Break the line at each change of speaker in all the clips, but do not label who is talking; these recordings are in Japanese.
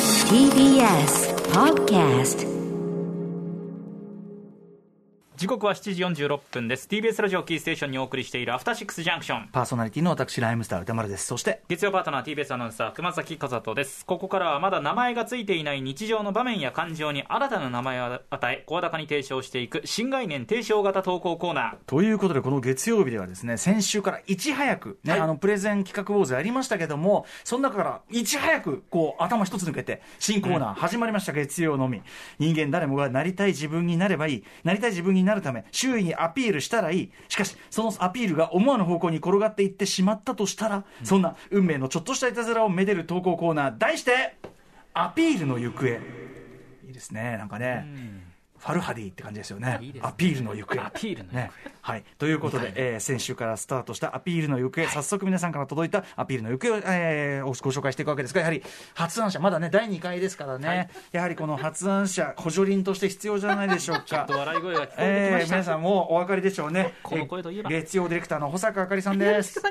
TBS Podcast
時刻は7時46分です TBS ラジオキーステーションにお送りしているアフターシックスジャンクション
パーソナリティの私ライムスター歌丸ですそして
月曜パートナー TBS アナウンサー熊崎和人ですここからはまだ名前がついていない日常の場面や感情に新たな名前を与え声高に提唱していく新概念提唱型投稿コーナー
ということでこの月曜日ではですね先週からいち早くね、あのプレゼン企画ウォーズやりましたけどもその中からいち早くこう頭一つ抜けて新コーナー始まりました、月曜のみ人間誰もがなりたい自分になればいいなりたい自分になるため周囲にアピールしたらいいしかしそのアピールが思わぬ方向に転がっていってしまったとしたら、そんな運命のちょっとしたいたずらをめでる投稿コーナー題してアピールの行方いいですねなんかね、ファルハディって感じですよね
いいですね
アピールの行方
アピールの行方
ねはい、ということで、えー先週からスタートしたアピールの行方、早速皆さんから届いたアピールの行方を、えーご紹介していくわけですが、やはり発案者、まだね、第2回ですからね、やはりこの発案者、補助輪として必要じゃないでしょ うか。
笑い声が聞こえてき
え
ま
ー
した、
皆さんもうお分かりでしょうね。
この声といえば
えー月曜ディレクターの保坂あかりさんです。
よ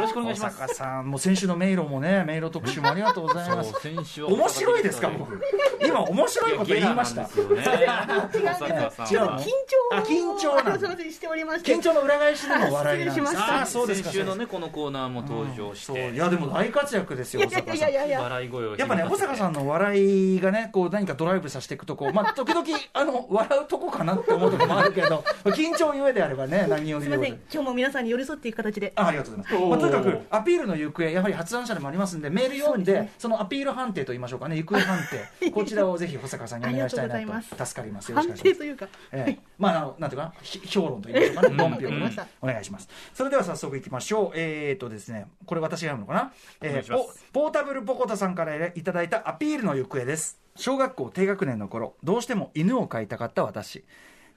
ろしくお願い
保
します
坂さん、もう先週の迷路もね、迷路特集もありがとうございます。
先週は
面白いですか、僕。今、面白いこと言いました。
ゲラなんですよね
違
保坂さんは
う違うの
緊
あ
張
緊張なんだ
あすいませんしておりまし て
緊張の裏返しでの笑いなんです。
失礼しました
あーそうですか。
先週のねこのコーナーも登場し
そう
て、
いやでも大活躍ですよ保坂
い
さ
や
ん
いやいやいや
笑い声を
やっぱね保坂さんの笑いがねこう何かドライブさせていくとこうまあ時々 あの笑うとこかなって思うとこもあるけど 緊張ゆえであればね何より
すいま
よ
せん
り
今日も皆さんに寄り添っていく形で
あありがとうございます、
おー
まあ、とにかくアピールの行方やはり発案者でもありますんでメール読んでそ
そうですね
のアピール判定と言いましょうかね行方判 定こちらをぜひ保坂さんにお願いしたい
ありがとうござ
ないと助かりますよろし
判
くお願いします
定というか
ええ、まああのなんていうかなひ評論と言いますかね論評を
うん
わかりま
ね
した
お願いしますそれでは早速いきましょうえっ、とですねこれ私が読むのかな、
お願
え
いし
ー
ます
ポポータブルポコタさんからいただいたアピールの行方です小学校低学年の頃どうしても犬を飼いたかった私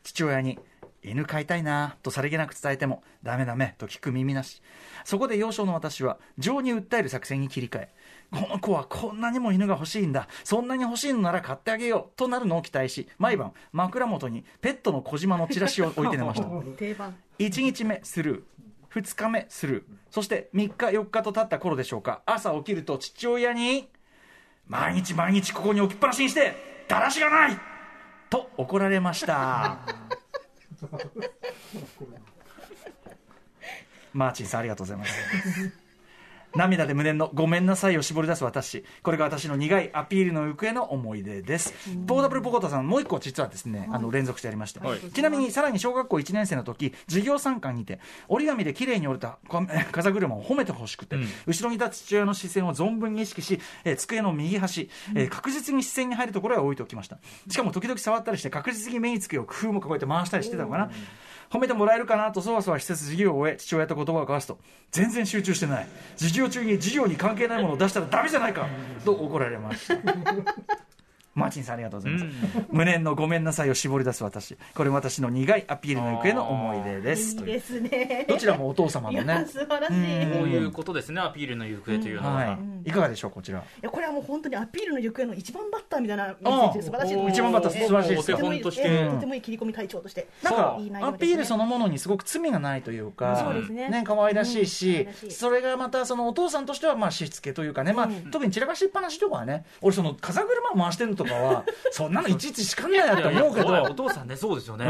父親に犬飼いたいなぁとさりげなく伝えてもダメダメと聞く耳なしそこで幼少の私は情に訴える作戦に切り替えこの子はこんなにも犬が欲しいんだそんなに欲しいのなら買ってあげようとなるのを期待し毎晩枕元にペットの小島のチラシを置いて寝ました
定番
1日目スルー2日目スルーそして3日4日と経った頃でしょうか朝起きると父親に「毎日毎日ここに置きっぱなしにしてだらしがない!」と怒られましたマーチンさんありがとうございます涙で無念の「ごめんなさい」を絞り出す私これが私の苦いアピールの行方の思い出ですポータブルポコタさんもう一個実はですねあの連続してありまして、
はい
ちなみにさらに小学校1年生の時授業参観にて折り紙で綺麗に折れたこ 風車を褒めてほしくて、
うん
後ろにいた父親の視線を存分に意識し、えー机の右端、えー確実に視線に入るところは置いておきましたしかも時々触ったりして確実に目につくよう工夫もこうやって回したりしてたのかな褒めてもらえるかなとそわそわしつつ授業を終え父親と言葉を交わすと全然集中してない授業中に授業に関係ないものを出したらダメじゃないかと怒られましたマーチンさんありがとうございます、無念のごめんなさいを絞り出す私これ私の苦いアピールの行方の思い出です
いい
という
ですね
どちらもお父様
い
の
や
ね
素晴らしい
うん
こういうことですねアピールの行方というのは、
はい、いかがでしょうこちら
いやこれはもう本当にアピールの行方の一番バッターみたいなメッセージで素晴らしいと思います
一番バッター素晴らしいです
お手
とてもい
本
い
と
で
し
す
て、
ねとてもいい切り込み隊長として
なんか
いい内
ア
容ですね
ピールそのものにすごく罪がないというか
そうですね
可愛らしいし、
うん可愛らしい
それがまたそのお父さんとしてはまあしつけというかね、まあ、特に散らかしっぱなしとかはね俺その風車回してるのとかはそんなのいちいちしかんないやと思うけ
いやいやお
ど。
父さんねそうですよね、
う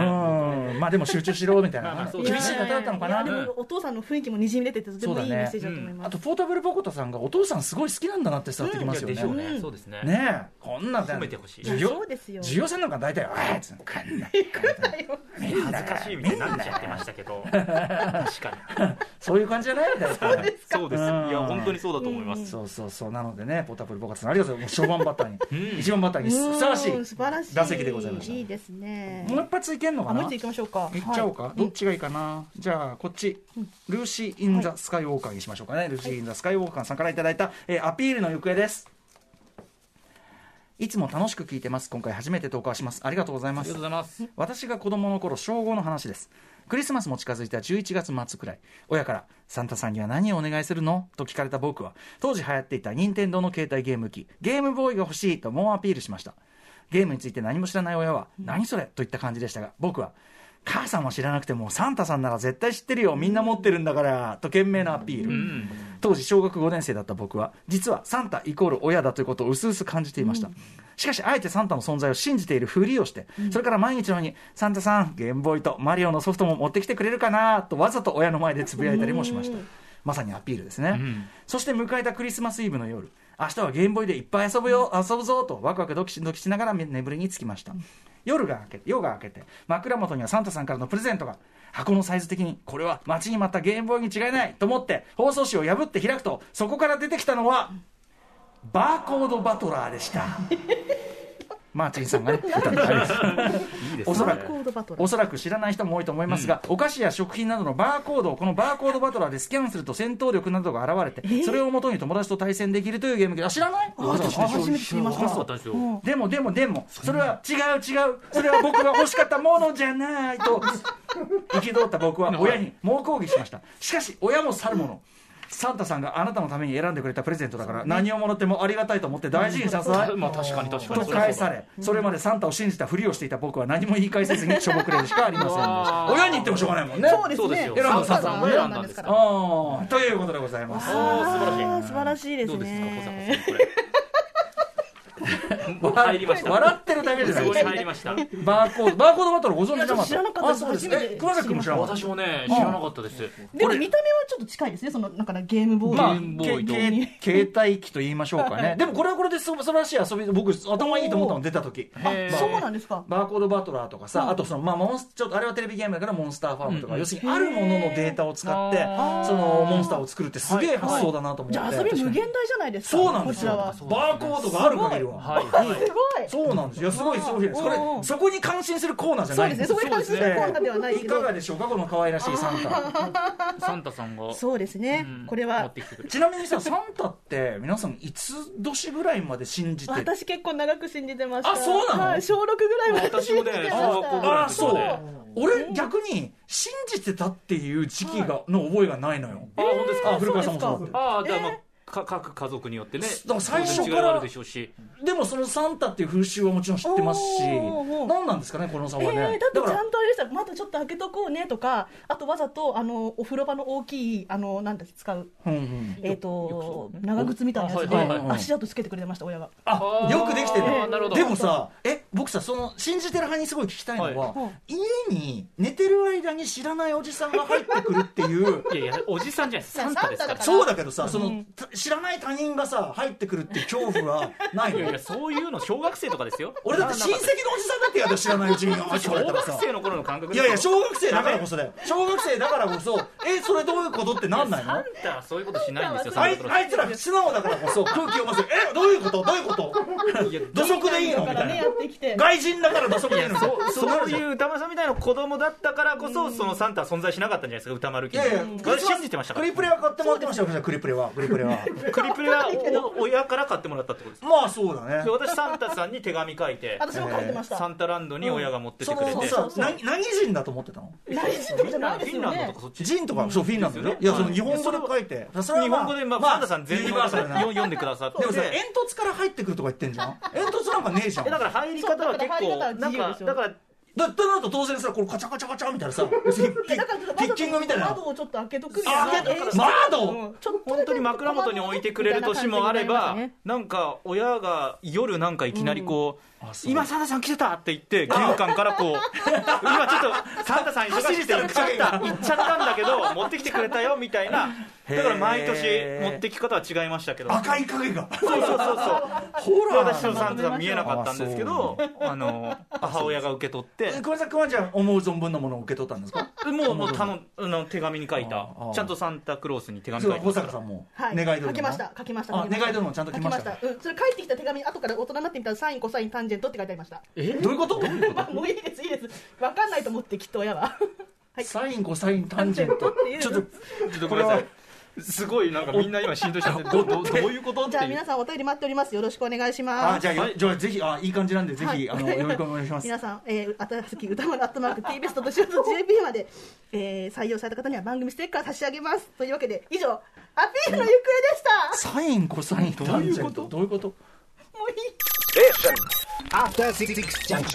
んまあでも集中しろみたい
まあまあ
な
そう
厳しい方だったのかな
やいやいやでもお父さんの雰囲気もにじみ出ててとてもいいメッセージだと思い
あ
ます
とポータブルポコタさんがお父さんすごい好きなんだなって伝わってきますよ
いやでしょう
ね
ね、
うん
そうですね
ねえこんな
褒めてほしい
授
い
業
やそうですよ
授業さんなんか大体「あいつこんな
恥ずかしいみたいになっちゃってましたけど確かに
そういう感じじゃないみたいな
そうですい
うん
や本当にそうだと思います、
そうそうそうなのでねポタブルボカさんありがとうございますもう初番バッターに、
うん
一番バッターにふさわし
うん
い
素晴らしい
打席でございました
いいですね
もう一発いけんのか
あもう
な
一度
い
行きましょうか
っちゃおうか、
はい
どっちがいいかな、じゃあこっち、ルーシー・イン・ザ・スカイ・ウォーカーにしましょうかね、ルーシー・イン・ザ・スカイ・ウォーカーさんからいただいた、えーアピールの行方ですいつも楽しく聞いてます今回初めて投稿しますありがとうござい
あ
ま
り
す
がとうございます
私が子供の頃小5の話ですクリスマスも近づいた11月末くらい親から「サンタさんには何をお願いするの?」と聞かれた僕は当時流行っていた任天堂の携帯ゲーム機ゲームボーイが欲しいと猛アピールしましたゲームについて何も知らない親は「何それ?」といった感じでしたが僕は母さんは知らなくてもサンタさんなら絶対知ってるよみんな持ってるんだからと懸命なアピール、
うん
当時小学5年生だった僕は実はサンタイコール親だということを薄々感じていました、しかしあえてサンタの存在を信じているふりをして、それから毎日のように「サンタさんゲームボーイとマリオのソフトも持ってきてくれるかな」とわざと親の前でつぶやいたりもしました、まさにアピールですね、
ん
そして迎えたクリスマスイブの夜明日はゲームボーイでいっぱい遊ぶよ遊ぶぞとワクワクドキシドキしながら眠りにつきました、夜が明け夜が明けて枕元にはサンタさんからのプレゼントが箱のサイズ的にこれは待ちに待ったゲームボーイに違いないと思って包装紙を破って開くとそこから出てきたのはバーコードバトラーでしたマーチンさんがね歌ってあります
いいですね
おそらく
バーコードバトラー
おそらく知らない人も多いと思いますが、お菓子や食品などのバーコードをこのバーコードバトラーでスキャンすると戦闘力などが現れてそれをもとに友達と対戦できるというゲームあ知らない
私も初めて知りまし
あそう
た。
私も
うん
でもでもでもそれは違う違うそれは僕が欲しかったものじゃない と憤った僕は親に猛抗議しましたしかし親も去るものサンタさんがあなたのために選んでくれたプレゼントだから何をもらってもありがたいと思って大事にしなさい
まあ確かに確かに
と返されそれまでサンタを信じたふりをしていた僕は何も言い返せずにしょぼくれるしかありませんでした
うん
親に言ってもしょうがないもんね
そうで
そう
す
ですよ。
ね
選んだ
サンタ
サンタさんが選んだんですから
あーということでございます
おー素晴らしい
あー素晴らしいです
どうですか小
ね。
坂さんこれもう入りました
笑ってるだけじゃな
す
い
ごい入りました
バーコードバーコードバトルご存知なかった
いや知らなかったです
あそうです
初め
え
て
熊崎君も知らなかった
私もね知らなかったです
でも見た目はちょっと近いですね。そのなんかねゲームボ
ま
ー
ゲー
あ、
イ。
ムボーイと
けけ携帯機と言いましょうかねでもこれはこれで素晴らしい遊びで僕頭いいと思ったの出た時
へー
あそうなんですか。
バーコードバトラーとかさ、あとその、まあ、モンスちょっとあれはテレビゲームだからモンスターファームとか、
うん
要するにあるもののデータを使って
あー
そのモンスターを作るってすげえ発想だなと思って、
じゃあ遊び無限大じゃないですか。
そうなんですよ
こ
バ
ち
ーコードがある限りは、
はいはい
らは。すごい。
そうなんですよいやすごいすごいですこれ
うんうん
そこに感心するコーナーじゃ
そ
な
う
い
で
ん
すね。そういう感じのコーナーではないです
い
け
か
ど。
がでしょうかこの可愛らしいサン タ
サンタさんが
そうです
う
ね
ん。
これ
持っ
は
てきてくれ
ちなみにさサンタって皆さんいつ年ぐらいまで信じてる
私結構長く信じてました。
あそうなの
はい小六ぐらいまで
私
信
も
じ
ね
てまし
小学校ぐ
た。
らい
ああそう
え
俺逆に信じてたっていう時期がの覚えがないのよ
あ本当ですか
あ古川さんもそうだった
ああじゃあまあか各家族によってね
だから最初
当然
から
違いはあるでしょうし
でもそのサンタっていう風習はもちろん知ってますし
おー
何なんですかねこの差
え
はね
ー、だってち
か
ゃ
ら
んとあれでしたよ窓ちょっと開けとこうねとかあとわざとあのお風呂場の大きいあのなんだ使う、
うんうん
えー、と長靴みたいなやつ
あはい
はいはい
で足跡つけてくれてました親が
あ
あー
よくできてる
えーなるほど
でもさえ僕さその信じてる派にすごい聞きたいのは、
は
家に寝てる間に知らないおじさんが入ってくるっていう
いやいやおじさんじゃないサンタですから
サンタだから
そうだけどさその、
うん
た知らない他人がさ入ってくるっていう恐怖はない
いや
の
いやそういうの小学生とかですよ
俺だって親戚のおじさんだってやだ知らないうち に入ってこられ
小
たらさ
学生の頃の感覚で
い
す
や
よ
いや小学生だからこそだよ小学生だからこそえそれどういうことってなんない
サ
の
ンタはそういうことしないんですよ
あ
サン
い
タクロ
あいつら素直だからこそ空気読ませるえどういうことどういうこと
ースいや
土足でいいのみ
だ
た
から
いな
ねやってきて
外人だから土足でいいのみたいな
そうそう
う
いう歌丸さんみたいな子供だったからこそそのサンタは存在しなかったんじゃないですか歌丸
い
君
やいや
私信じてましたか
ク
ら
リプレは買ってもらってましたよクリプレはクリプレは
クリプレはおお親から買ってもらったってことです
まあそうだね
で私サンタさんに手紙書いて
私も書いてました、
サンタランドに親が持ってって
そ
くれて
の
フ
さ何何人だと思ってたの
何してるじゃないです
ィン
よ
ランド
ね
とかそっち
人とかそうフィンランドねいやその日本語で書いてそれは
日
まあ
本語で、まあ、サンタさん全
ユ
員
ニバーサルな
読んでくださって
でもさ煙突から入ってくるとか言ってんじゃ ん煙突なんかねえじゃん
えだから入り方は結
そうだから入
構
り方は
なん
自由で
か
しょ
だから
だってなると当然さこれカチャカチャカチャみたいなさ ピ
いやだからちょっと
ッキングみたいな
窓をちょっと開けとくみ
あ
たいな演出
窓
うんちょっと
本当に枕元に置いてくれる年もあればなんか親が夜なんかいきなりこう
あそう
今サンタさん来てたって言って玄関から こう今ちょっとサンタさん忙しくて行っちゃった行っちゃったんだけど持ってきてくれたよみたいな
へー
だから毎年持ってき方は違いましたけど
赤い影が
そうそうそうそう
ほ
で
ら
私のサンタさん見えなかったんですけどあの母親が受け取って
え熊崎君はじゃあ思う存分のものを受け取ったんですか
もうもう頼んあの手紙に書いた
ああ
ちゃんとサンタクロースに手紙
そ
書
う
いてま
保
した
坂さんも
はい、
願い通りの
書きました書きました
あ
書きました
願い通りのちゃんと来ました
書きうんそれ返ってきた手紙後から大人になってみたらサインコサインタンジェントって書いてありました
え
どういうこと
まあもういいですいいです分かんないと思ってきっと親ははい
サインコサインタンジェント
っていう
ちょっと
ちょっとごめんなさいすごいなんかみんな今しんどいしてどどどういうことって
じゃあ
いう
皆さんお便り待っておりますよろしくお願いし
あ
ます
じゃあ
はい
よじゃあぜひあいい感じなんでぜひあのよろしくお願いします
皆さん、えー、あたすき歌丸アットマーク TBS とシュート JP まで、えー、採用された方には番組ステッカー差し上げますというわけで以上アピールの行方でした、
サインコサインタンジェントどういうこと
もういい
After Six Junction.